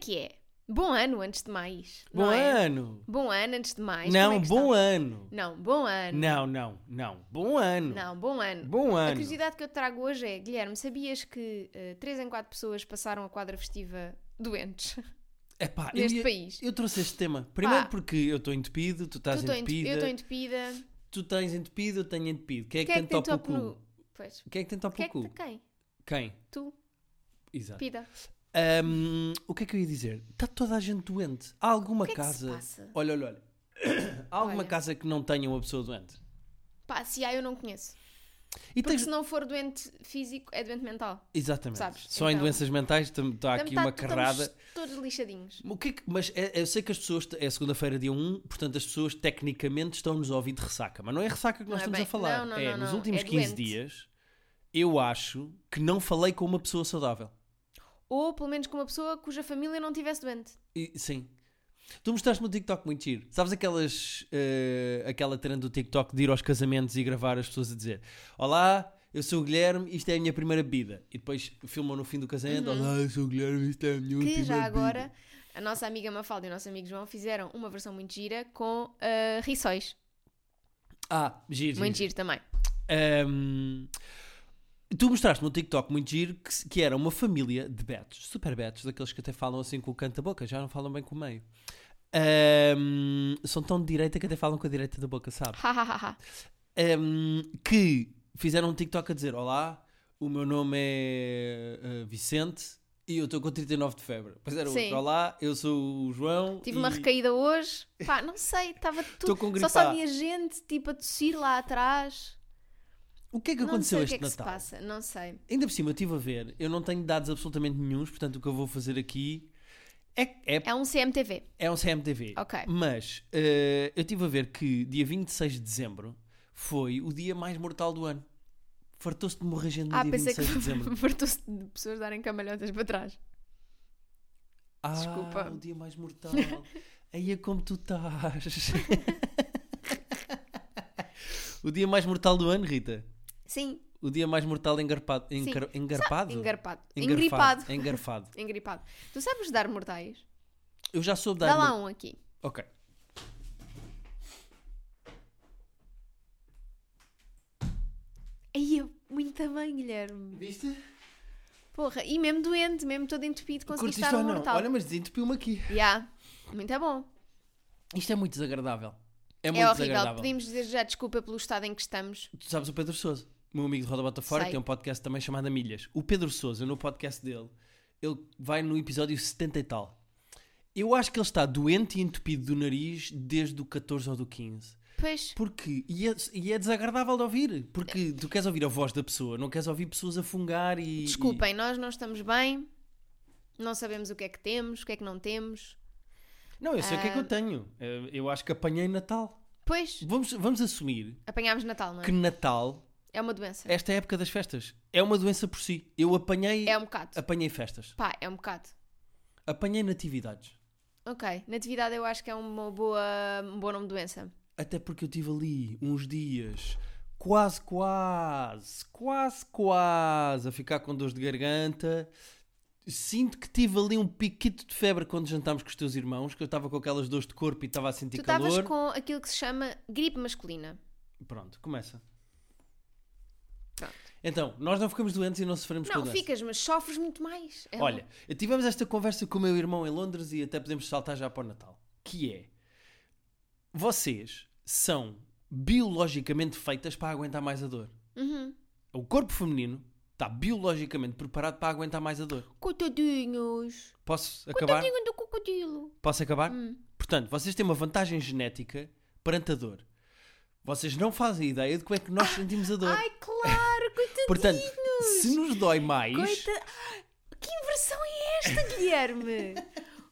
que é? Bom ano antes de mais. Bom não é? ano! Bom ano antes de mais. não, Como é que está? bom ano! Não, bom ano. Não, não, não. Bom ano! Não, bom ano. Bom A ano! curiosidade que eu te trago hoje é, Guilherme, sabias que 3 em 4 pessoas passaram a quadra festiva doentes Epá, eu, neste ia- país? eu trouxe este tema. Primeiro Pá. porque eu estou entupido, tu estás Tu tô entup- entupida. eu estou entupida. Tu tens entupido, eu tenho entupido. Quem é que, Quem é que tem tem top topo o nu? cu? Pois. Quem é que tem topo Quem é o cu? que quem? Quem? Tu, Exato. pida. Ahm, o que é que eu ia dizer? Está toda a gente doente. Há alguma O que é que se casa. passa? Olha, olha, olha. Há alguma Olha. casa que não tenha uma pessoa doente. Pá, se há eu não conheço. E Porque tens. se não for doente físico, é doente mental. Exatamente. Sabes, Só em então- doenças mentais está aqui Tamo- uma tá- carrada. estamos todos lixadinhos. O que é que- mas é- eu sei que as pessoas. É segunda-feira, dia 1, portanto as pessoas tecnicamente estão-nos a ouvir de ressaca. Mas não é ressaca que Não nós é estamos bem- a falar. não, não, é não, nos não. últimos É 15 doente. dias, eu acho que não falei com uma pessoa saudável. Ou pelo menos com uma pessoa cuja família não estivesse doente. E- sim. Tu mostraste-me um TikTok muito giro. Sabes aquelas, eh, aquela trend do TikTok de ir aos casamentos e gravar as pessoas a dizer Olá, eu sou o Guilherme, isto é a minha primeira bebida. E depois filmam no fim do casamento Olá, eu sou o Guilherme, isto é a minha Uhum. Que última já agora bebida." a nossa amiga Mafalda e o nosso amigo João fizeram uma versão muito gira com ah, rissóis. Ah, giro, Muito giro. giro também. Ahm, tu mostraste-me um TikTok muito giro que, se- que era uma família de betos, super betos, daqueles que até falam assim com o canto da boca, já não falam bem com o meio. Ahm, são tão de direita que até falam com a direita da boca, sabe? Ha, ha, ha, ha. um, que fizeram um TikTok a dizer: Olá, o meu nome é uh, Vicente e eu estou com 39 de febre. Pois era Sim. outro: Olá, eu sou o João. Tive e uma recaída hoje. Pá, não sei, estava tudo. Estou com Só gripe. só A." havia gente tipo a tossir lá atrás. O que é que não aconteceu sei este o que é que se Natal? passa, não sei. Ainda por cima, eu estive a ver, eu não tenho dados absolutamente nenhuns, portanto o que eu vou fazer aqui é, é, É um CMTV. é um CMTV. Ok. Mas uh, eu estive a ver que dia 26 de dezembro foi o dia mais mortal do ano. Fartou-se de morrer gente no ah, dia pensei 26 que de dezembro. fartou-se de pessoas darem camalhotas para trás. Ah, Desculpa. o dia mais mortal. Aí é como tu estás. o dia mais mortal do ano, Rita. Sim, O dia mais mortal engarpado. Engar, engarpado? engarpado. Hum. Engarfado. Engripado. Engarfado. Engripado. Tu sabes dar mortais? Eu já soube Dá dar. lá um aqui. Ok. Aí eu, muito bem, Guilherme. Viste? Porra, e mesmo doente, mesmo todo entupido, conseguiste Curtiste dar ou um não? mortal. Olha, mas desentupiu-me aqui. Ya, Muito bom. Isto é muito desagradável. É muito É horrível. desagradável. Podíamos dizer já desculpa pelo estado em que estamos. Tu sabes o Pedro Sousa, meu amigo de Roda Bota Fora, Sei. que tem um podcast também chamado A Milhas. O Pedro Sousa, no podcast dele, ele vai no episódio 70 e tal. Eu acho que ele está doente e entupido do nariz desde o 14 ou do 15. Pois, Porque, e é, e é desagradável de ouvir, porque tu queres ouvir a voz da pessoa, não queres ouvir pessoas a fungar e... desculpem, nós não estamos bem. Não sabemos o que é que temos, o que é que não temos. e- Não, eu sei o Ah. que é que eu tenho. Eh, Eu acho que apanhei Natal. Pois, Vamos, vamos assumir apanhámos Natal, não é? que Natal, É uma doença. esta época das festas, é uma doença por si. Eu apanhei, É um bocado. apanhei festas. Pá, é um bocado. Apanhei natividades. Ok, natividade eu acho que é uma boa, um bom nome de doença. Até porque eu tive ali uns dias, quase, quase, quase, quase, a ficar com dores de garganta. Sinto que tive ali um piquito de febre quando jantámos com os teus irmãos, que eu estava com aquelas dores de corpo e estava a sentir tu estavas calor. com aquilo que se chama gripe masculina. Pronto, começa. Pronto. Então, nós não ficamos doentes e não sofremos com Não, doença. ficas, mas sofres muito mais. É um- Olha, tivemos esta conversa com o meu irmão em Londres e até podemos saltar já para o Natal. Que é: vocês são biologicamente feitas para aguentar mais a dor. Uhum. O corpo feminino está biologicamente preparado para aguentar mais a dor. Coitadinhos. Posso acabar? Coitadinho do crocodilo. Posso acabar? Hum. Portanto, vocês têm uma vantagem genética perante a dor. Vocês não fazem ideia de como é que nós sentimos a dor. Ai, claro, coitadinhos. Portanto, se nos dói mais, Coita... Que inversão é esta, Guilherme?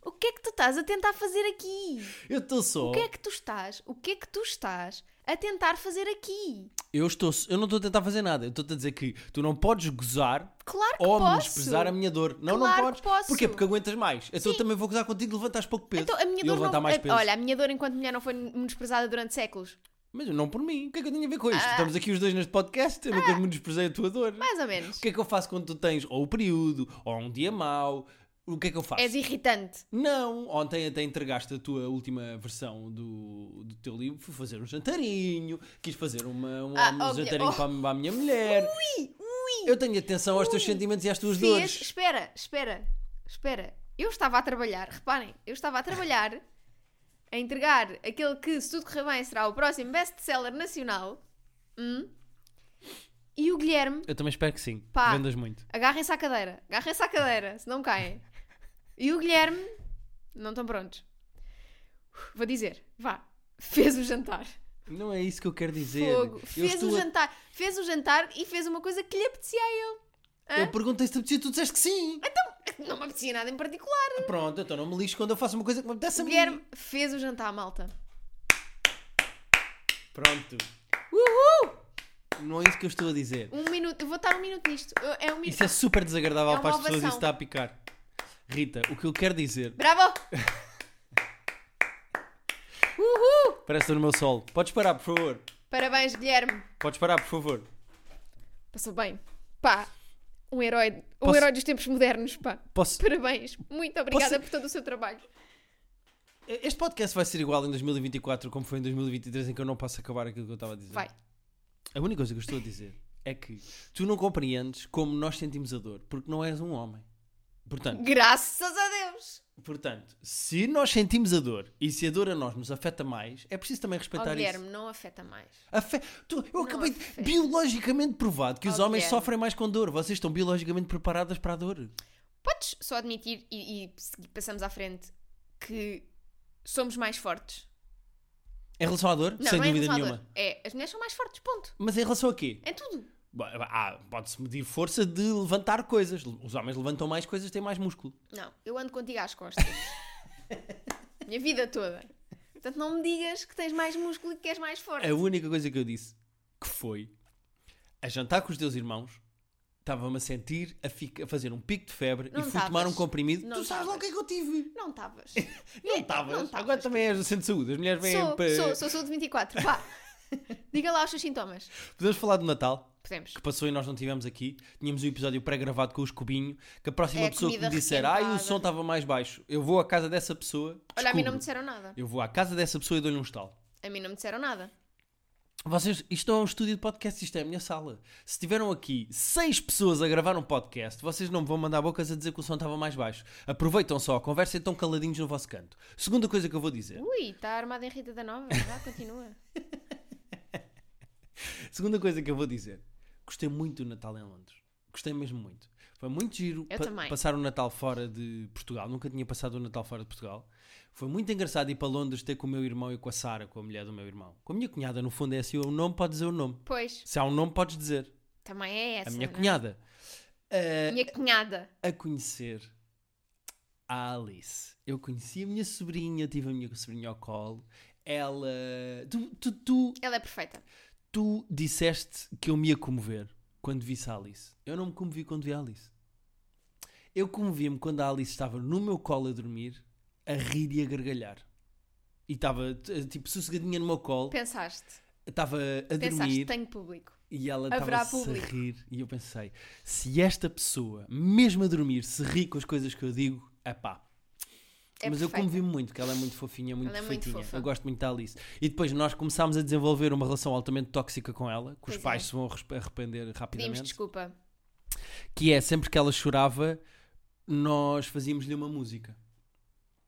o que é que tu estás a tentar fazer aqui? eu estou só. O que é que tu estás? O que é que tu estás a tentar fazer aqui? Eu, estou, eu não estou a tentar fazer nada. Eu estou-te a dizer que tu não podes gozar Claro que ou posso. Oh, menosprezar a minha dor. Não, Claro que não podes. posso. Porquê? Porque aguentas mais. Então eu Sim. também vou gozar contigo e levantas pouco peso. Então, a minha e eu dor levantar não... mais a- peso. Olha, a minha dor enquanto mulher não foi menosprezada durante séculos. Mas não por mim. O que é que eu tenho a ver com isto? Ah. Estamos aqui os dois neste podcast. Eu nunca me desprezei a tua dor. Mais ou menos. O que é que eu faço quando tu tens ou o período, ou um dia mau, O que é que eu faço? És irritante. Não, ontem até entregaste a tua última versão do, do teu livro. Fui fazer um jantarinho, quis fazer uma, um, Ah, um oh, mulher, jantarinho oh. para, a, para a minha mulher. Ui, ui. Eu tenho atenção aos teus sentimentos e às tuas Fiz- dores. Espera, espera, espera. Eu estava a trabalhar, reparem, eu estava a trabalhar a entregar aquele que, se tudo correr bem, será o próximo best-seller nacional. Hum? E o Guilherme, Eu também espero que sim. Pá. Vendas muito. agarrem-se à cadeira, agarrem-se à cadeira, se não caem. E o Guilherme, não estão prontos. Vou dizer, vá, fez o jantar. Não é isso que eu quero dizer. Fogo, Eu fez estou o a- jantar, fez o jantar e fez uma coisa que lhe apetecia a ele. Eu perguntei se te apetecia, tu disseste que sim. Então. Não me apetecia nada em particular. Pronto, então não me lixo quando eu faço uma coisa que me apetece a O mim. Guilherme fez o jantar, malta. Pronto. Uhul! Não é isso que eu estou a dizer. Um minuto, eu vou estar um minuto nisto. Eu- É um minuto. Isso é super desagradável É uma para as pessoas e ovação. isso está a picar. Rita, o que eu quero dizer, Bravo! é- Uhul! parece que estou no meu solo. Podes parar, por favor. Parabéns, Guilherme. Podes parar, por favor. Passou bem. Pá, um herói, um Posso- herói dos tempos modernos, pá. Posso... Parabéns. Muito obrigada Posso- por todo o seu trabalho. Este podcast vai ser igual em 2024 como foi em 2023 em que eu não posso acabar aquilo que eu estava a dizer. Vai. A única coisa que eu estou a dizer é que tu não compreendes como nós sentimos a dor, porque não és um homem. Portanto, Graças a Deus. portanto, se nós sentimos a dor e se a dor a nós nos afeta mais, é preciso também Ó, respeitar isso. Oh, Guilherme, não afeta mais. Afe- Tu- eu acabei de- afeta. biologicamente provado que os Oh, homens Guilherme. sofrem mais com dor. Vocês estão biologicamente preparadas para a dor. Podes só admitir e, e segui- passamos à frente que somos mais fortes. Em relação à dor, Não, sem não é em dúvida relação à nenhuma. dor. É, as mulheres são mais fortes, ponto. Mas em relação a quê? É tudo. Bom, ah, Pode-se medir força de levantar coisas. Os homens levantam mais coisas, têm mais músculo. Não, eu ando contigo às costas. Minha vida toda. Portanto, não me digas que tens mais músculo e que és mais forte. A única coisa que eu disse que foi a jantar com os teus irmãos, estava-me a sentir a, fica- a fazer um pico de febre Não e fui estavas. tomar um comprimido. Não tu sabes lá o que é que eu tive. Não estavas. Não não estavas. estavas. Agora também és do centro de saúde. As mulheres vêm Sou, para. sou, sou, sou de 24. Vá. Diga lá os seus sintomas. Podemos falar do Natal? Podemos. que passou e nós não tivemos aqui. Tínhamos um episódio pré-gravado com o Escobinho, que a próxima É, pessoa que me comida disser, ai, o requentada." som estava mais baixo, eu vou à casa dessa pessoa. Olha, a mim descubro. não me disseram nada. Eu vou à casa dessa pessoa e dou-lhe um estalo. A mim não me disseram nada. Vocês, isto não é um estúdio de podcast, isto é a minha sala. Se tiveram aqui seis pessoas a gravar um podcast, vocês não me vão mandar bocas a dizer que o som estava mais baixo. Aproveitam só a conversa e estão caladinhos no vosso canto. Segunda coisa que eu vou dizer. Ui, está armada em Rita da Nova. Vá, continua. Segunda coisa que eu vou dizer. Gostei muito do Natal em Londres. Gostei mesmo muito. Foi muito giro Eu também. passar o Natal fora de Portugal. Nunca tinha passado o Natal fora de Portugal. Foi muito engraçado ir para Londres ter com o meu irmão e com a Sara, com a mulher do meu irmão. Com a minha cunhada, no fundo, é assim: o nome pode dizer o nome. Pois, Se há um nome, podes dizer. também é essa. a minha não é? cunhada. Ah, Minha cunhada. a conhecer a Alice. Eu conheci a minha sobrinha, tive a minha sobrinha ao colo. Ela. Tu, tu, tu, Ela é perfeita. Tu disseste que eu me ia comover quando visse a Alice. Eu não me comovi quando vi a Alice. Eu comovi-me quando a Alice estava no meu colo a dormir, a rir e a gargalhar. E estava, t- tipo, sossegadinha no meu colo, Pensaste. estava a Pensaste, dormir tenho público. e ela haverá estava a público. rir. E eu pensei, se esta pessoa, mesmo a dormir, se ri com as coisas que eu digo, é pá. É Mas eu perfeita. comovi-me muito, que ela é muito fofinha, muito Ela é muito perfeitinha. fofa. eu gosto muito da Alice. E depois nós começámos a desenvolver uma relação altamente tóxica com ela, que os Pois pais é. se vão resp- arrepender Pedimos rapidamente. desculpa. Que é sempre que ela chorava, nós fazíamos-lhe uma música.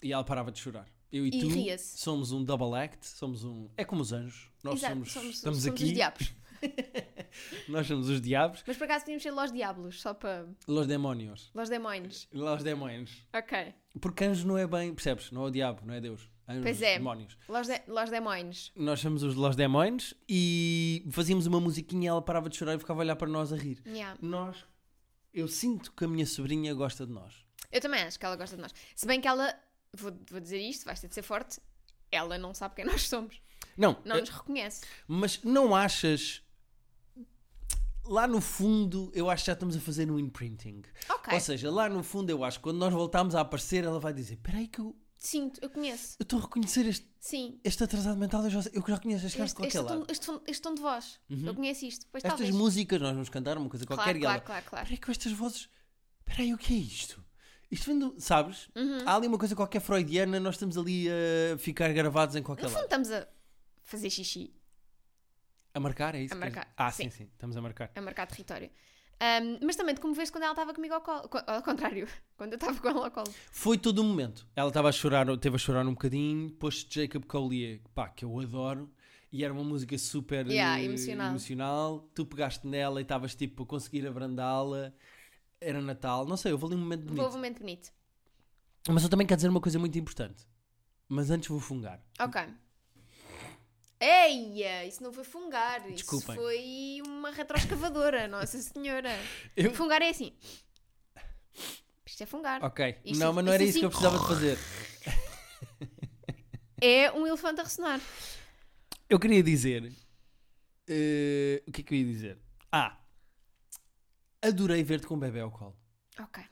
E ela parava de chorar. Eu e, E tu ria-se. somos um double act, somos um. É como os anjos. Nós Exato, somos, somos, estamos somos aqui, os diabos. nós somos os diabos, Mas por acaso podíamos ser Los Diablos, só para. los demónios. Los Demónios. Los demónios. Ok. Porque anjo não é bem, percebes? Não é o diabo, não é Deus. Anjos, Pois é. demónios. Los, de... Los Demónios. nós somos os Los Demónios e fazíamos uma musiquinha e ela parava de chorar e ficava a olhar para nós a rir. Yeah. Nós, eu sinto que a minha sobrinha gosta de nós. Eu também acho que ela gosta de nós. Se bem que ela. Vou, vou dizer isto, vais ter de ser forte. Ela não sabe quem nós somos. Não, Não eh, nos reconhece. mas não achas. Lá no fundo, eu acho que já estamos a fazer um imprinting. Ok. Ou seja, lá no fundo, eu acho que quando nós voltarmos a aparecer, ela vai dizer: Espera aí, que eu Sinto, eu conheço. eu estou a reconhecer este, Sim. este atrasado mental. Eu já, eu já conheço este gajo Este, de este, qualquer lado. tom, este, tom, este tom de voz. Eu conheço isto. Pois Uhum. Estas talvez. músicas, nós vamos cantar uma coisa Claro, qualquer e ela. claro, claro, claro. Espera aí, com estas vozes. Espera aí, o que é isto? Isto vem do, sabes? Uhum. Há ali uma coisa qualquer freudiana, nós estamos ali a ficar gravados em qualquer No fundo, lado. estamos a fazer xixi, A marcar, é isso? A que queres- marcar, Ah, sim. sim, sim, estamos a marcar. a marcar território. Ahm, mas também te comoveste quando ela estava comigo ao colo. co- Ao contrário, quando eu estava com ela ao colo. Foi todo o momento. Ela estava a chorar, teve a chorar um bocadinho, pôs Jacob Collier, pá, que eu adoro, e era uma música super Yeah, eh, emocional. emocional. Tu pegaste nela e estavas tipo a conseguir abrandá-la. Era Natal, não sei, houve ali um momento bonito. Houve um momento bonito. Mas eu também quero dizer uma coisa muito importante. Mas antes vou fungar. Ok. Eia, isso não foi fungar. Desculpem. Isso foi uma retroescavadora, Nossa Senhora. Eu- Fungar é assim. Isto é fungar. Ok. Isto- não, mas não era isto isso que eu assim- precisava de fazer. É um elefante a ressonar. Eu queria dizer. eh, o que é que eu ia dizer? Ah! Adorei ver-te com um bebê ao colo. Ok.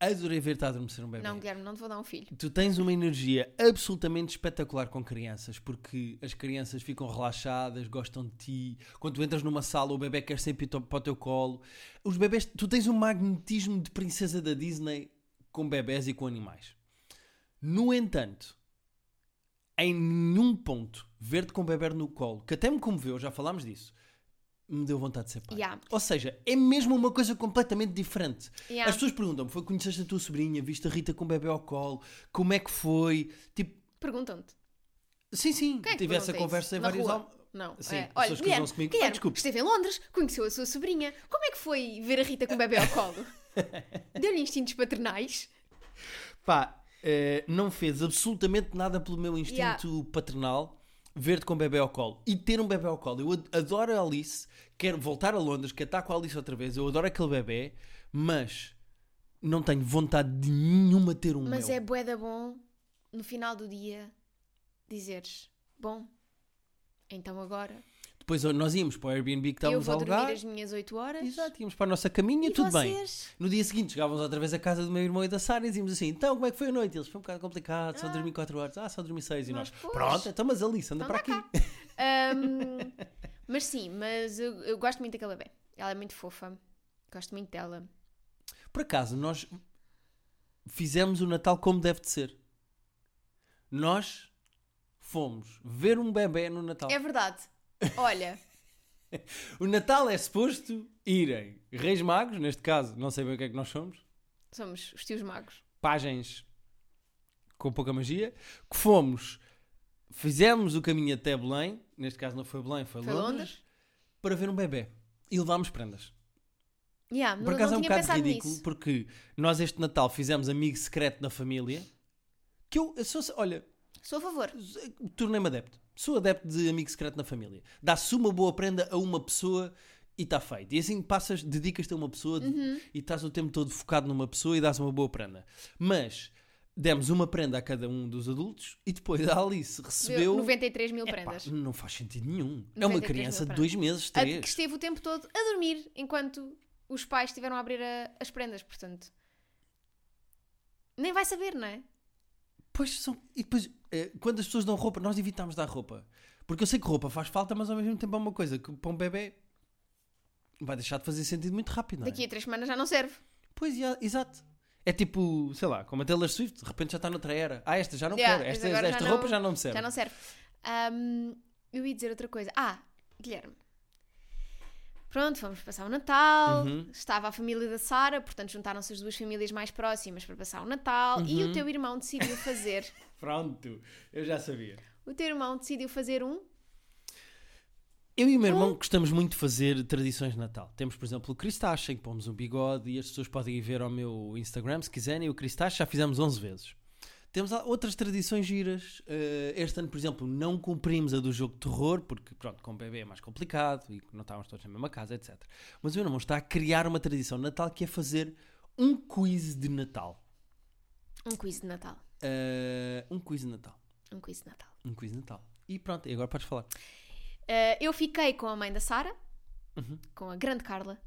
Adorei ver-te a adormecer um bebê. Não, Guilherme, não te vou dar um filho. Tu tens uma energia absolutamente espetacular com crianças, porque as crianças ficam relaxadas, gostam de ti. Quando tu entras numa sala, o bebê quer sempre ir to- para o teu colo. Os bebés, tu tens um magnetismo de princesa da Disney com bebés e com animais. No entanto, em nenhum ponto, ver-te com um bebê no colo, que até me comoveu, já falámos disso, me deu vontade de ser pai. Yeah. Ou seja, é mesmo uma coisa completamente diferente. Yeah. As pessoas perguntam-me: foi conheceste a tua sobrinha, viste a Rita com o bebê ao colo, como é que foi? Tipo, Perguntam-te. sim, sim, Quem é que tive essa pergunta conversa isso? em Na vários rua? al- Não. Sim, é. as Olha, pessoas cruzam-se Guilherme, comigo. Ah, Guilherme desculpe. esteve em Londres, conheceu a sua sobrinha. Como é que foi ver a Rita com o bebê ao colo? Deu-lhe instintos paternais? Pá, eh, não fez absolutamente nada pelo meu instinto Yeah. paternal ver-te com o bebê ao colo e ter um bebê ao colo. Eu ad- adoro a Alice, quero voltar a Londres, quero estar com a Alice outra vez. Eu adoro aquele bebê, mas não tenho vontade de nenhuma ter um Mas meu. é bué da bom, no final do dia, dizeres, bom, então agora Depois nós íamos para o Airbnb que eu estávamos a vou dormir alugar. as minhas 8 horas Então Exato, íamos para a nossa caminha, e tudo bem. vocês? No dia seguinte chegávamos outra vez à casa do meu irmão e da Sara e dizíamos assim: então como é que foi a noite? Eles foi um bocado complicado, só Ah. dormi 4 horas, ah, só dormi 6 e Mas nós. pois. Pronto, então mas Alice, anda Então para dá aqui. Ahm, mas sim, mas eu, eu gosto muito daquela bebê. Ela é muito fofa, gosto muito dela. Por acaso, nós fizemos o Natal como deve de ser. Nós fomos ver um bebê no Natal. É verdade. Olha, O Natal é suposto irem Reis Magos, neste caso, não sei bem o que é que nós somos, somos os tios magos. páginas com pouca magia, que fomos, fizemos o caminho até Belém, neste caso não foi Belém, foi, Foi Londres, Londres? para ver um bebê. E levámos prendas. Yeah, Por não, acaso é não um tinha bocado pensado ridículo, nisso. porque nós este Natal fizemos amigo secreto da família, que eu, eu sou, olha, Sou a favor. tornei-me adepto. Sou adepto de amigo secreto na família. Dá-se uma boa prenda a uma pessoa e está feito. E assim passas, dedicas-te a uma pessoa de- Uhum. e estás o tempo todo focado numa pessoa e dás uma boa prenda. Mas demos uma prenda a cada um dos adultos e depois a Alice Deu recebeu. 93 mil Epá, prendas. não faz sentido nenhum. É uma 93 criança mil de dois meses, A- três. que esteve o tempo todo a dormir enquanto os pais estiveram a abrir a- as prendas, portanto. Nem vai saber, não é? Pois são. E depois, eh, quando as pessoas dão roupa, nós evitamos dar roupa. Porque eu sei que roupa faz falta, mas ao mesmo tempo é uma coisa que para um bebê vai deixar de fazer sentido muito rápido, não é? Daqui a três semanas já não serve. Pois, já, exato. É tipo, sei lá, como a Taylor Swift, de repente já está noutra era. Ah, esta já não Yeah, quero, esta esta, agora esta já roupa não- já não me serve. Já não serve. Ahm, eu ia dizer outra coisa. Ah, Guilherme. Pronto, vamos passar o Natal. Uhum. Estava a família da Sara, portanto juntaram-se as duas famílias mais próximas para passar o Natal. E o teu irmão decidiu fazer. Pronto, eu já sabia. o teu irmão decidiu fazer um. Eu e o meu irmão gostamos muito de fazer tradições de Natal. Temos, por exemplo, o Cristache, em que pomos um bigode e as pessoas podem ir ver ao meu Instagram se quiserem. O Cristache já fizemos 11 vezes. Temos lá outras tradições giras. Eh, este ano, por exemplo, não cumprimos a do jogo de terror, porque, pronto, com o bebê é mais complicado e não estávamos todos na mesma casa, etc. Mas o meu irmão está a criar uma tradição de Natal que é fazer um quiz de Natal. Um quiz de Natal. Eh, um quiz de Natal. Um quiz de Natal. Um quiz de Natal. E pronto, e agora podes falar. Uh, eu fiquei com a mãe da Sara, com a grande Carla,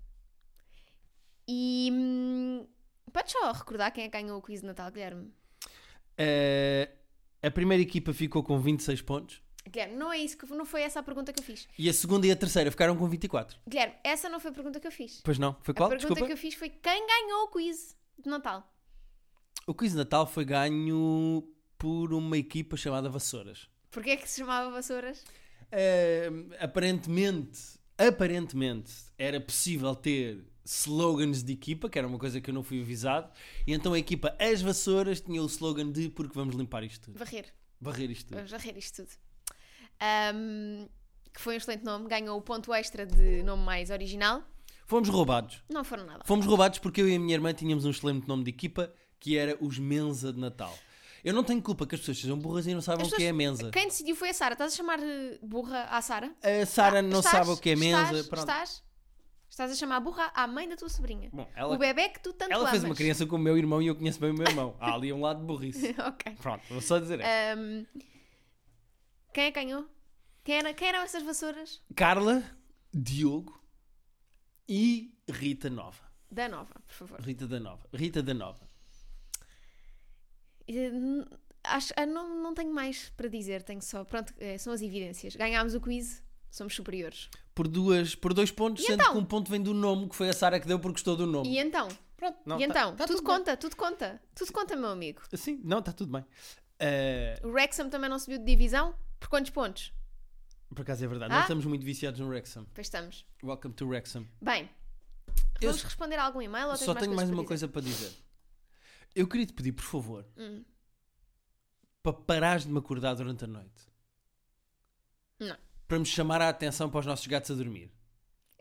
e hum, podes só recordar quem é que ganhou o quiz de Natal, Guilherme. Eh, a primeira equipa ficou com 26 pontos. Guilherme, não é isso que não foi essa a pergunta que eu fiz. E a segunda e a terceira ficaram com 24. Guilherme, essa não foi a pergunta que eu fiz. Pois não, foi qual? a pergunta Desculpa. que eu fiz foi quem ganhou o quiz de Natal. O quiz de Natal foi ganho por uma equipa chamada Vassouras. Porquê é que se chamava Vassouras? Eh, aparentemente, aparentemente, era possível ter slogans de equipa, que era uma coisa que eu não fui avisado, e então a equipa As Vassouras tinha o slogan de porque vamos limpar isto tudo, Varrer. barrer isto tudo. Vamos varrer isto tudo. Ahm, que foi um excelente nome, ganhou o ponto extra de nome mais original. Fomos roubados. Não foram nada. Fomos roubados porque eu e a minha irmã tínhamos um excelente nome de equipa, que era os Mensa de Natal. Eu não tenho culpa que as pessoas sejam burras e não saibam As o que é a pessoas- Mensa. Quem decidiu foi a Sara. Estás a chamar eh, burra à Sara? A Sara não Estás? sabe o que é Mensa. Estás, pronto. estás? Estás a chamar burra à mãe da tua sobrinha. Bom, O ela, bebê que tu tanto ela amas. fez uma criança com o meu irmão e eu conheço bem o meu irmão. Há ali um lado de burrice. ok. Pronto, vou só dizer. esta. Ahm, quem é que ganhou? Quem, era- quem eram essas vassouras? Carla, Diogo e Rita Nova. Da Nova, por favor. Rita da Nova. Rita da Nova. Eh, n- Acho, ah, não, não tenho mais para dizer, tenho só. Pronto, eh, são as evidências. Ganhámos o quiz, somos superiores. Por, duas, por dois pontos, E sendo então? que um ponto vem do nome, que foi a Sara que deu porque gostou do nome. E então? Pronto, não, e tá- então? tá tudo, bem. conta, tudo conta. Tudo conta, meu amigo. Sim, não, está tudo bem. Eh, O Wrexham também não subiu de divisão? Por quantos pontos? por acaso é verdade, Ah? nós estamos muito viciados no Wrexham. Pois estamos. Welcome to Wrexham. Bem, Eu vamos responder a algum e-mail ou tens só tenho mais coisas uma para dizer? coisa para dizer. Eu queria te pedir, por favor, Hum. para parares de me acordar durante a noite. Não. Para me chamar a atenção para os nossos gatos a dormir.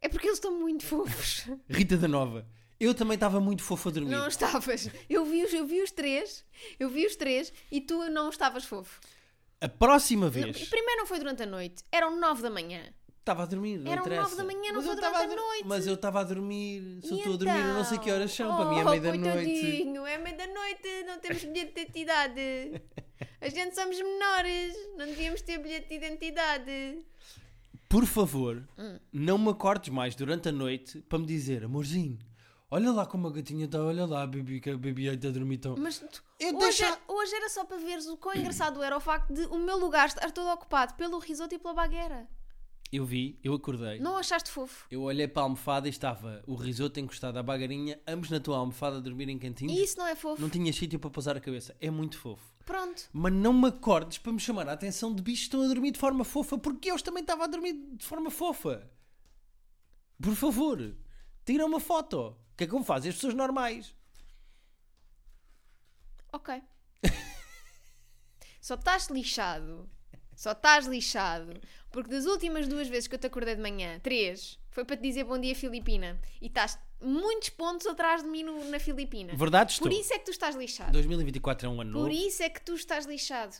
É porque eles estão muito fofos. Rita da Nova. Eu também estava muito fofo a dormir. não estavas. Eu vi, os, eu vi os três, eu vi os três e tu não estavas fofo. A próxima Não, vez. primeiro não foi durante a noite, eram nove da manhã. Estava a dormir, não Eram interessa. nove da manhã, não Mas eu foi estava durante a dur- noite. Mas eu estava a dormir. Se eu E então? Oh, estou a dormir, eu não sei que horas são. para mim é meia da noite. coitadinho, É meia da noite, não temos bilhete de identidade. A gente somos menores, não devíamos ter bilhete de identidade. Por favor, Hum. não me acordes mais durante a noite para me dizer, amorzinho, olha lá como a gatinha está, olha lá, bebi, que a bebi está a dormir tão. Mas tu- Eu hoje, deixa- era, hoje era só para veres o quão engraçado era o facto de o meu lugar estar todo ocupado pelo risoto e pela bagueira. Eu vi, eu acordei. Não achaste fofo? Eu olhei para a almofada e estava o risoto encostado à bagarinha, ambos na tua almofada a dormir em cantinho. E isso não é fofo? Não tinha sítio para pousar a cabeça. É muito fofo. Pronto. Mas não me acordes para me chamar a atenção de bichos que estão a dormir de forma fofa, porque eu também estava a dormir de forma fofa. Por favor, tira uma foto. O que é como fazem as pessoas normais? Ok. Só estás lixado. Só estás lixado. Porque das últimas duas vezes que eu te acordei de manhã, três, foi para te dizer bom dia, Filipina. E estás muitos pontos atrás de mim no- na Filipina. Verdade estou. Por isso é que tu estás lixado. 2024 é um ano Por novo. isso é que tu estás lixado.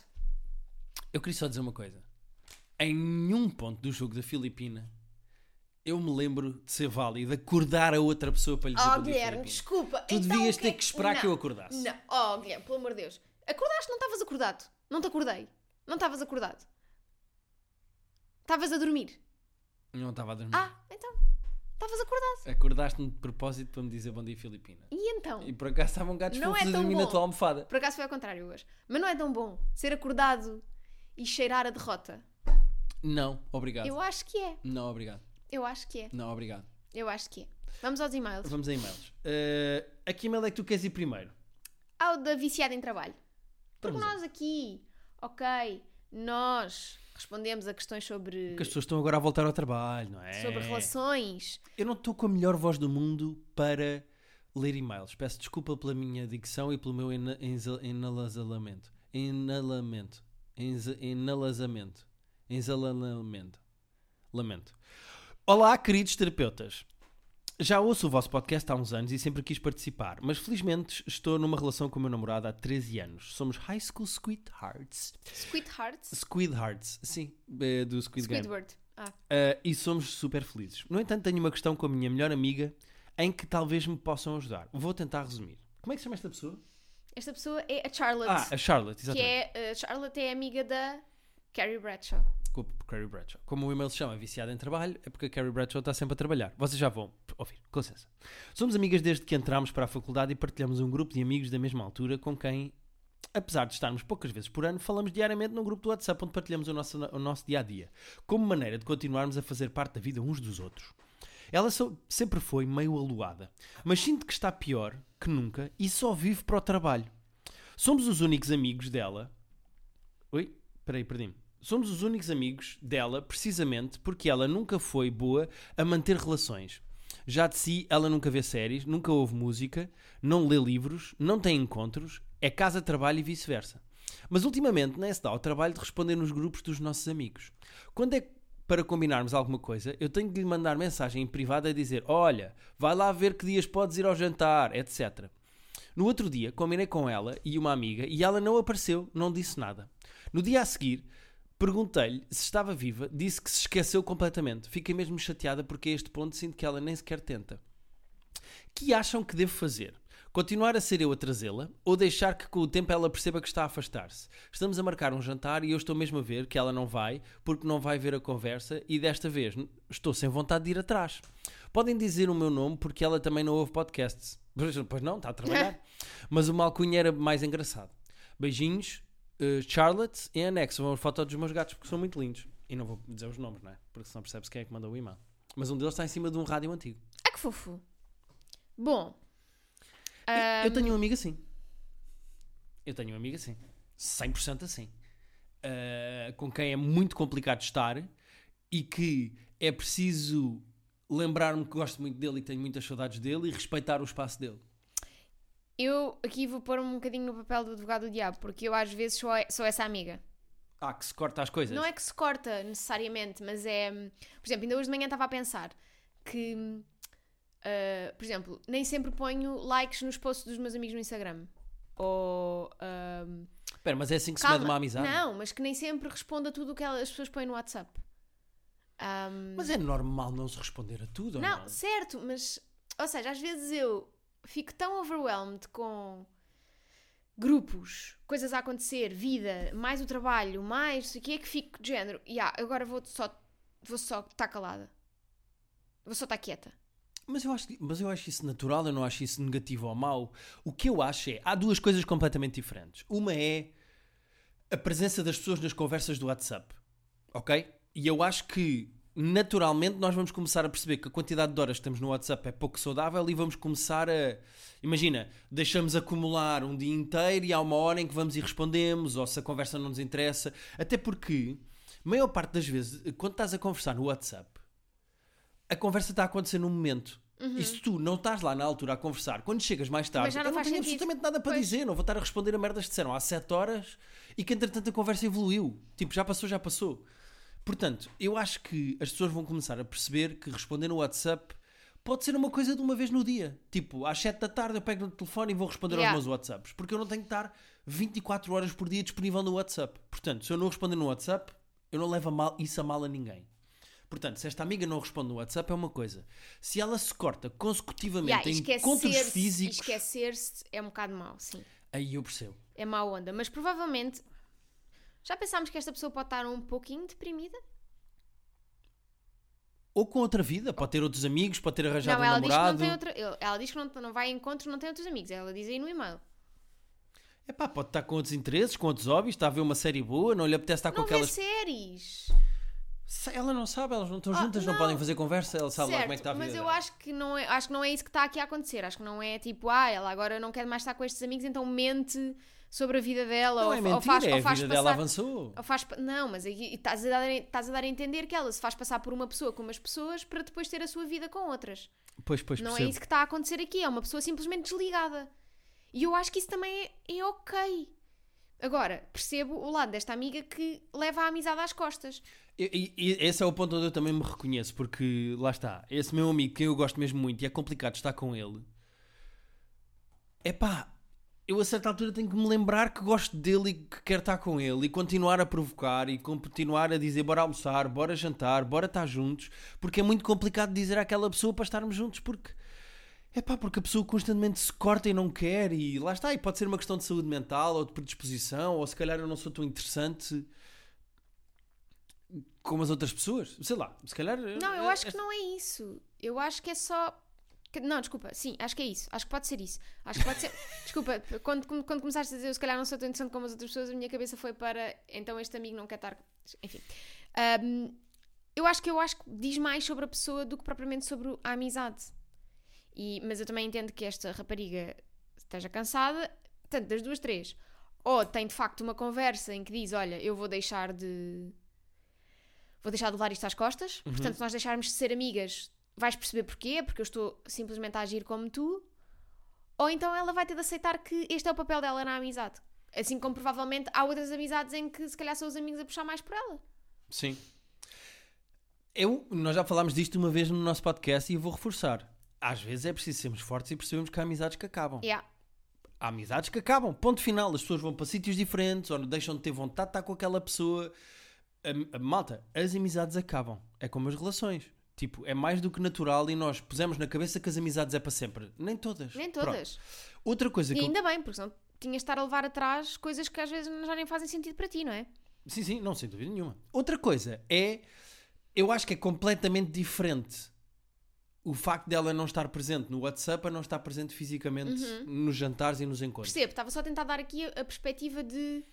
Eu queria só dizer uma coisa. Em nenhum ponto do jogo da Filipina eu me lembro de ser válido acordar a outra pessoa para lhe dizer Oh, bom dia, Guilherme, Filipina. desculpa. Tu então devias o ter é que esperar que Não, eu acordasse. Não, oh, Guilherme, pelo amor de Deus. Acordaste, não estavas acordado. Não te acordei. Não estavas acordado. Estavas a dormir. Não estava a dormir. Ah, então. Estavas acordado. Acordaste-me de propósito para me dizer bom dia, Filipina. E então? E por acaso estavam gatos Não fofos é a tão dormir na bom. tua almofada. Por acaso foi ao contrário hoje. Mas não é tão bom ser acordado e cheirar a derrota. Não, obrigado. Eu acho que é. Não, obrigado. Eu acho que é. Não, obrigado. Eu acho que é. Vamos aos e-mails. Vamos a e-mails. Eh, a que e-mail é que tu queres ir primeiro? Ao da viciada em trabalho. Porque Vamos lá. nós aqui, ok, nós respondemos a questões sobre, Porque as pessoas estão agora a voltar ao trabalho, não é? sobre relações. Eu não estou com a melhor voz do mundo para ler e-mails. Peço desculpa pela minha dicção e pelo meu ena- enza- enalazalamento. Enalamento. Enza- Enalazamento. Enzalalamento. Lamento. Olá, queridos terapeutas. Já ouço o vosso podcast há uns anos e sempre quis participar, mas felizmente estou numa relação com o meu namorado há 13 anos. Somos high school sweethearts. Sweethearts. Squidhearts, sim, eh, do Squid, Game. Squidward. Ah, Uh, e somos super felizes. No entanto, tenho uma questão com a minha melhor amiga em que talvez me possam ajudar. Vou tentar resumir. Como é que se chama esta pessoa? esta pessoa é a Charlotte. Ah, a Charlotte, que exatamente. é. A Charlotte é amiga da Carrie Bradshaw. Com a Carrie Bradshaw. Como o e-mail se chama Viciada em Trabalho, é porque a Carrie Bradshaw está sempre a trabalhar. Vocês já vão ouvir, com licença. Somos amigas desde que entramos para a faculdade e partilhamos um grupo de amigos da mesma altura com quem, apesar de estarmos poucas vezes por ano, falamos diariamente num grupo do WhatsApp onde partilhamos o nosso, o nosso dia a dia, como maneira de continuarmos a fazer parte da vida uns dos outros. Ela só- sempre foi meio aloada, mas sinto que está pior que nunca e só vive para o trabalho. Somos os únicos amigos dela. Oi? Peraí, perdi-me. Somos os únicos amigos dela, precisamente porque ela nunca foi boa a manter relações. Já de si, ela nunca vê séries, nunca ouve música, não lê livros, não tem encontros, é casa, trabalho e vice-versa. Mas ultimamente nem se dá o trabalho de responder nos grupos dos nossos amigos. Quando é que, para combinarmos alguma coisa, eu tenho de lhe mandar mensagem em privado a dizer: Olha, vai lá ver que dias podes ir ao jantar, etc. No outro dia, combinei com ela e uma amiga e ela não apareceu, não disse nada. No dia a seguir, perguntei-lhe se estava viva, disse que se esqueceu completamente. Fiquei mesmo chateada porque a este ponto sinto que ela nem sequer tenta. Que acham que devo fazer? Continuar a ser eu a trazê-la ou deixar que com o tempo ela perceba que está a afastar-se? Estamos a marcar um jantar e eu estou mesmo a ver que ela não vai porque não vai ver a conversa e desta vez n- estou sem vontade de ir atrás. Podem dizer o meu nome porque ela também não ouve podcasts. Pois pois não, está a trabalhar. Mas o malcunha era mais engraçado. Beijinhos, eh, Charlotte e anexo uma foto dos meus gatos porque são muito lindos. E não vou dizer os nomes, não é? Porque senão percebe-se quem é que mandou o e-mail. Mas um deles está em cima de um rádio antigo. Ai Ah, que fofo. Bom. Eu- Eu ahm, tenho um amigo assim. Eu tenho um amigo assim. 100% assim. Ah, com quem é muito complicado estar e que é preciso lembrar-me que gosto muito dele e que tenho muitas saudades dele e respeitar o espaço dele. Eu aqui vou pôr um bocadinho no papel do advogado do diabo, porque eu às vezes sou, sou essa amiga. Ah, que se corta as coisas. Não é que se corta necessariamente, mas é. hum, Por exemplo, ainda hoje de manhã estava a pensar que. hum, ah, por exemplo, nem sempre ponho likes nos posts dos meus amigos no Instagram. Ou. hum, Espera, mas é assim que se calma, mede uma amizade? Não, mas que nem sempre respondo a tudo o que elas- as pessoas põem no WhatsApp. Hum, Mas é normal não se responder a tudo, ou não? não, certo, mas. Ou seja, às vezes eu fico tão overwhelmed com grupos, coisas a acontecer, vida, mais o trabalho, mais não sei o que é que fico de género. E ah, agora vou só vou só estar calada. Vou só estar quieta. Mas eu, acho, que- mas eu acho isso natural, eu não acho isso negativo ou mau. O que eu acho é. Há duas coisas completamente diferentes. Uma é a presença das pessoas nas conversas do WhatsApp. Ok? E eu acho que naturalmente nós vamos começar a perceber que a quantidade de horas que estamos no WhatsApp é pouco saudável e vamos começar a. Imagina, deixamos acumular um dia inteiro e há uma hora em que vamos e respondemos, ou se a conversa não nos interessa. Até porque, a maior parte das vezes, quando estás a conversar no WhatsApp a conversa está a acontecer no momento. E se tu não estás lá na altura a conversar, quando chegas mais tarde, Mas já eu não não faz tenho sentido. absolutamente nada para Pois. dizer, não vou estar a responder a merdas que disseram há 7 horas e que entretanto a conversa evoluiu. Tipo, já passou, já passou. Portanto, eu acho que as pessoas vão começar a perceber que responder no WhatsApp pode ser uma coisa de uma vez no dia. Tipo, às 7 da tarde eu pego no telefone e vou responder Yeah. aos meus WhatsApps, porque eu não tenho que estar 24 horas por dia disponível no WhatsApp. Portanto, se eu não responder no WhatsApp, eu não levo a mal, isso a mal a ninguém. Portanto, se esta amiga não responde no WhatsApp é uma coisa. Se ela se corta Yeah, consecutivamente e em encontros esquecer-se e físicos, esquecer-se é um bocado mau, sim. aí eu percebo. É má onda. Mas provavelmente já pensámos que esta pessoa pode estar um pouquinho deprimida? Ou com outra vida, pode ter outros amigos, pode ter arranjado não, um ela diz que não namorado. tem outra. ele- Ela diz que não, não vai a encontros, não tem outros amigos. Ela diz aí no e-mail. Epá, É pode estar com outros interesses, com outros hobbies, está a ver uma série boa, não lhe apetece estar com não aquelas. vê séries. Se Ela não sabe, elas não estão Ah, juntas, não. não. podem fazer conversa, ela sabe lá Certo, como é que está a vida. mas eu dela. acho que, não é, acho que não é isso que está aqui a acontecer. Acho que não é tipo, ah, ela agora não quer mais estar com estes amigos, então mente sobre a vida dela. Não ou, é fa- mentira, ou faz, é, ou a faz vida passar, dela avançou. ou faz pa- não, mas aqui estás a, dar, estás a dar a entender que ela se faz passar por uma pessoa com umas pessoas para depois ter a sua vida com outras. Pois, pois, não é percebo. isso que está a acontecer aqui. É uma pessoa simplesmente desligada. E eu acho que isso também é, é ok. Agora, percebo o lado desta amiga que leva a amizade às costas. E, e- e esse é o ponto onde eu também me reconheço, porque lá está, esse meu amigo que eu gosto mesmo muito e é complicado estar com ele. É pá, eu a certa altura tenho que me lembrar que gosto dele e que quero estar com ele e continuar a provocar e com- continuar a dizer bora almoçar, bora jantar, bora estar juntos, porque é muito complicado dizer àquela pessoa para estarmos juntos, porque é pá, porque a pessoa constantemente se corta e não quer, e lá está, e pode ser uma questão de saúde mental ou de predisposição, ou se calhar eu não sou tão interessante como as outras pessoas, sei lá, se calhar. Não, eu acho que não é isso. Eu acho que é só. que- Não, desculpa, sim, acho que é isso. Acho que pode ser isso. Acho que pode ser. desculpa, quando, quando quando começaste a dizer eu se calhar não sou tão interessante como as outras pessoas, a minha cabeça foi para então este amigo não quer estar. Enfim. Ahm, eu acho que eu acho que diz mais sobre a pessoa do que propriamente sobre a amizade. E- mas eu também entendo que esta rapariga esteja cansada, Portanto, das duas, três. Ou tem de facto uma conversa em que diz: Olha, eu vou deixar de. Vou deixar de levar isto às costas. Portanto, se nós deixarmos de ser amigas, vais perceber porquê, porque eu estou simplesmente a agir como tu. Ou então ela vai ter de aceitar que este é o papel dela na amizade. Assim como provavelmente há outras amizades em que se calhar são os amigos a puxar mais por ela. Sim. Eu, nós já falámos disto uma vez no nosso podcast e eu vou reforçar. Às vezes é preciso sermos fortes e percebemos que há amizades que acabam. Yeah. Há amizades que acabam, ponto final. As pessoas vão para sítios diferentes ou deixam de ter vontade de estar com aquela pessoa. A- a- malta, as amizades acabam. É como as relações. Tipo, é mais do que natural e nós pusemos na cabeça que as amizades é para sempre. Nem todas. Nem Pronto. todas. Outra coisa que E eu- ainda bem, porque senão tinhas de estar a levar atrás coisas que às vezes já nem fazem sentido para ti, não é? Sim, sim, não, sem dúvida nenhuma. Outra coisa é. Eu acho que é completamente diferente o facto dela não estar presente no WhatsApp a não estar presente fisicamente nos jantares e nos encontros. Percebo, estava só a tentar dar aqui a, a perspectiva de.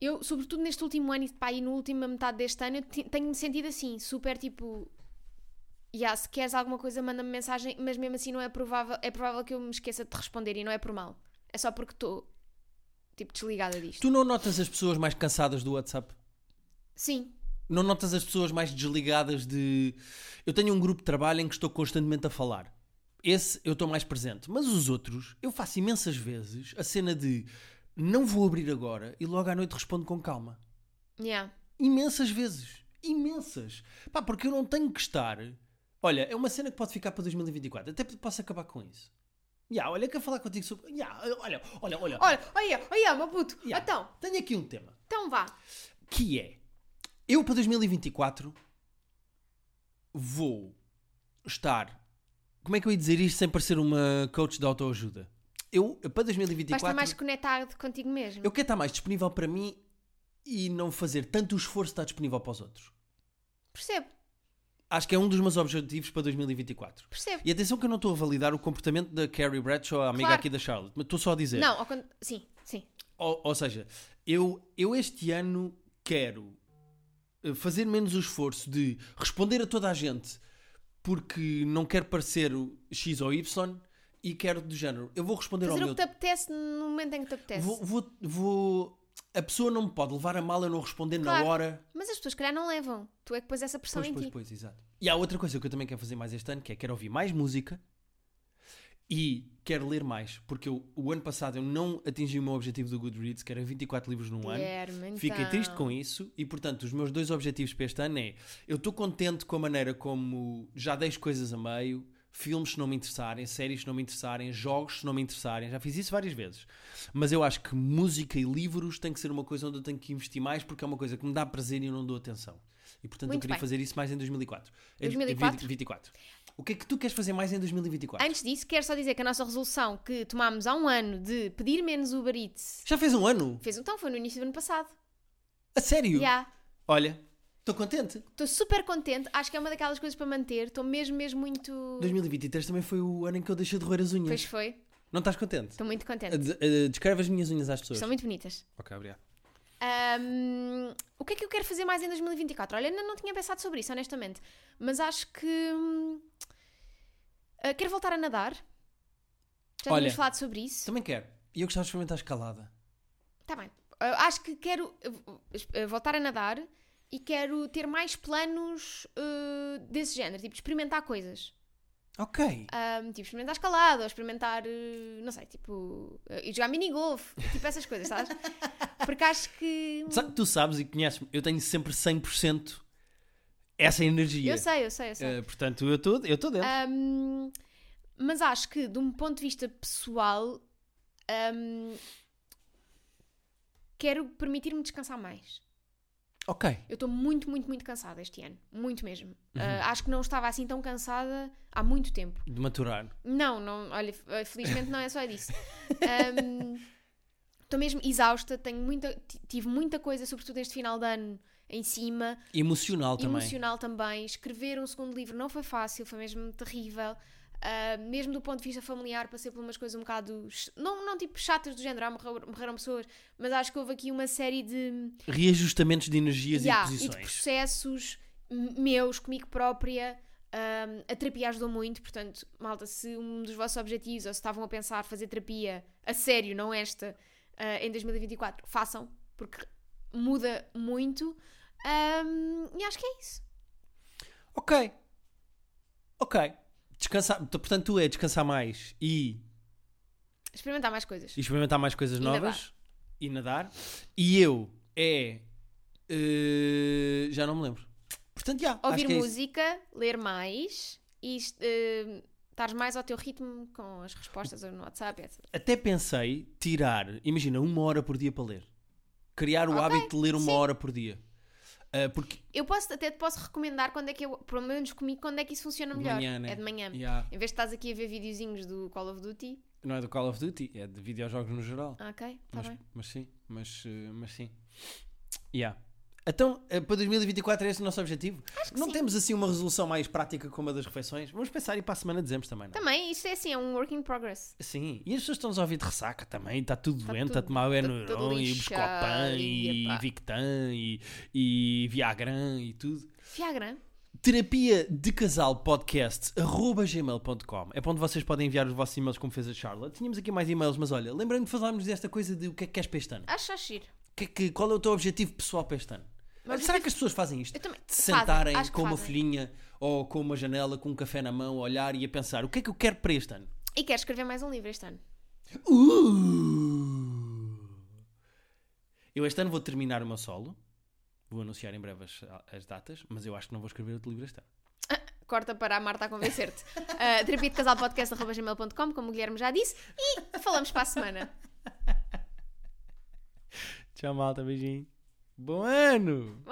Eu, sobretudo neste último ano e pá, e na última metade deste ano, eu te- tenho-me sentido assim, super tipo. Yeah, se queres alguma coisa, manda-me mensagem, mas mesmo assim não é provável, é provável que eu me esqueça de te responder e não é por mal. É só porque estou tipo desligada disto. Tu não notas as pessoas mais cansadas do WhatsApp? Sim, Não notas as pessoas mais desligadas de. Eu tenho um grupo de trabalho em que estou constantemente a falar. Esse eu estou mais presente. Mas os outros, eu faço imensas vezes a cena de não vou abrir agora e logo à noite respondo com calma. yeah. Ah. Imensas vezes. Imensas. Pá, porque eu não tenho que estar. Olha, é uma cena que pode ficar para 2024. Até posso acabar com isso. Ya, olha, quero falar contigo sobre. Ya, olha, olha, olha. Olha, olha, olha, meu puto. Ya, Então, Tenho aqui um tema. então vá. Que é. Eu para 2024 vou estar. Como é que eu ia dizer isto sem parecer uma coach de autoajuda? Eu para Vais estar 2024. mais conectado contigo mesmo. Eu quero estar mais disponível para mim e não fazer tanto esforço de estar disponível para os outros. Percebo, Acho que é um dos meus objetivos para 2024. percebo. E atenção que eu não estou a validar o comportamento da Carrie Bradshaw, a amiga Claro. aqui da Charlotte, mas estou só a dizer. Não, ao con- sim, sim. Ou, ou seja, eu, eu este ano quero eh, fazer menos o esforço de responder a toda a gente porque não quero parecer o X ou Y e quero do género. Eu vou responder Fazer ao o meu. que te apetece no momento em que te apetece. Vou, vou, vou- A pessoa não me pode levar a mal eu não responder Claro. na hora. Mas as pessoas, se calhar, não levam. Tu é que pôs essa pressão Pois, em pois, ti. pois, exato. E há outra coisa que eu também quero fazer mais este ano, que é quero ouvir mais música e quero ler mais, porque eu, o ano passado eu não atingi o meu objetivo do Goodreads, que era 24 livros num um ano. Guilherme, Fiquei então. triste com isso e, portanto, os meus dois objetivos para este ano é eu estou contente com a maneira como já deixo coisas a meio, filmes se não me interessarem, séries se não me interessarem, jogos se não me interessarem, já fiz isso várias vezes. Mas eu acho que música e livros tem que ser uma coisa onde eu tenho que investir mais porque é uma coisa que me dá prazer e eu não dou atenção. E, portanto, eu Muito queria bem. fazer isso mais em 2004. Em 2004? 2024. O que é que tu queres fazer mais em 2024? Antes disso, quero só dizer que a nossa resolução que tomámos há um ano de pedir menos Uber Eats Já fez um ano? fez um tom, foi no início do ano passado. A sério? Já. Olha, estou contente. Estou super contente, acho que é uma daquelas coisas para manter. Estou mesmo, mesmo muito. 2023 também foi o ano em que eu deixei de roer as unhas. Pois foi, Não estás contente? estou muito Uh, contente. des- uh, Descreve as minhas unhas às pessoas. São muito bonitas. Ok, obrigado. Ahm, o que é que eu quero fazer mais em 2024? Olha, ainda não tinha pensado sobre isso, honestamente. Mas acho que. hum, ah, quero voltar a nadar. Já Olha. tínhamos falado sobre isso. Também quero. E eu gostava de experimentar a escalada. Tá bem. Eu acho que quero eh, voltar a nadar e quero ter mais planos eh, desse género, tipo experimentar coisas. Ok. Ahm, tipo experimentar escalada, ou experimentar, eh, não sei, tipo, eh, ir jogar minigolf, tipo essas coisas, sabes? Porque acho que. Sabe, tu sabes e conheces-me, eu tenho sempre 100% essa energia. Eu sei, eu sei, Ah. eu sei. Uh, portanto, eu estou eu tô dentro. Ahm, mas acho que, de um ponto de vista pessoal, ahm, quero permitir-me descansar mais. Ok. Eu estou muito, muito, muito cansada este ano. Muito mesmo. Ah, acho que não estava assim tão cansada há muito tempo. De maturar. Não, não, olha, f- eh, felizmente não é só disso. Estou mesmo exausta, tenho muita, ti- tive muita coisa, sobretudo este final de ano, em cima. Emocional também. Emocional também. Escrever um segundo livro não foi fácil, foi mesmo terrível. Ah, mesmo do ponto de vista familiar, passei por umas coisas um bocado. ch- Não, não tipo chatas do género, ah, morreu- morreram pessoas, mas acho que houve aqui uma série de. Reajustamentos de energias Yeah, e de e de posições. processos m- meus, comigo própria, Ahm, a terapia ajudou muito, portanto, malta, se um dos vossos objetivos ou se estavam a pensar fazer terapia a sério, não esta, ah, em 2024, façam, porque muda muito. Ahm, e acho que é isso. Ok. Ok. Descansar. t- Portanto, tu é descansar mais e, Experimentar mais coisas. e experimentar mais coisas E novas e nadar. E eu é. eh, já não me lembro. Portanto, já. acho Ouvir que é isso. música, ler mais e ah, estares mais ao teu ritmo com as respostas ou no WhatsApp, etc. Até pensei tirar, imagina, uma hora por dia para ler. Criar o Ok, hábito de ler uma sim. hora por dia. Ah, porque. Eu posso, até te posso recomendar quando é que eu, pelo menos comigo, quando é que isso funciona De melhor. manhã, né? É de manhã. já, Em vez de estás aqui a ver videozinhos do Call of Duty, não é do Call of Duty, é de videojogos no geral. ah, ok, está mas, bem. mas sim, mas, eh, mas sim. Yeah. Então, eh, para 2024 é esse o nosso objetivo? não sim. temos assim uma resolução mais prática como a das refeições? Vamos pensar e para a semana dizemos também, não? é? Também, isto é assim, é um work in progress. Sim, e as pessoas estão-nos a ouvir de ressaca também, está tudo Está doente, tudo- está a tomar o está tudo Enuron e o lixado Buscopan e, e, epá. Victan e, e Viagran e tudo. Viagra. Terapia de Casal Podcast, arroba gmail.com. É para onde vocês podem enviar os vossos e-mails como fez a Charlotte. Tínhamos aqui mais e-mails, mas olha, lembrando de falarmos desta coisa de o que é que queres para este ano. Acho acho giro. Que- que- qual é o teu objetivo pessoal para este ano? Mas Será que as pessoas fazem isto? Eu também. De se fazem, sentarem acho que com uma fazem. folhinha ou com uma janela, com um café na mão, a olhar e a pensar o que é que eu quero para este ano? E quero escrever mais um livro este ano. Uh! Eu este ano vou terminar o meu solo. Vou anunciar em breve as, as datas, mas eu acho que não vou escrever outro livro este ano. Corta para a Marta a convencer-te. uh, terapia de casal podcast arroba gmail.com, como o Guilherme já disse. E falamos para a semana. Tchau, malta. Beijinho. Bom ano! Mano!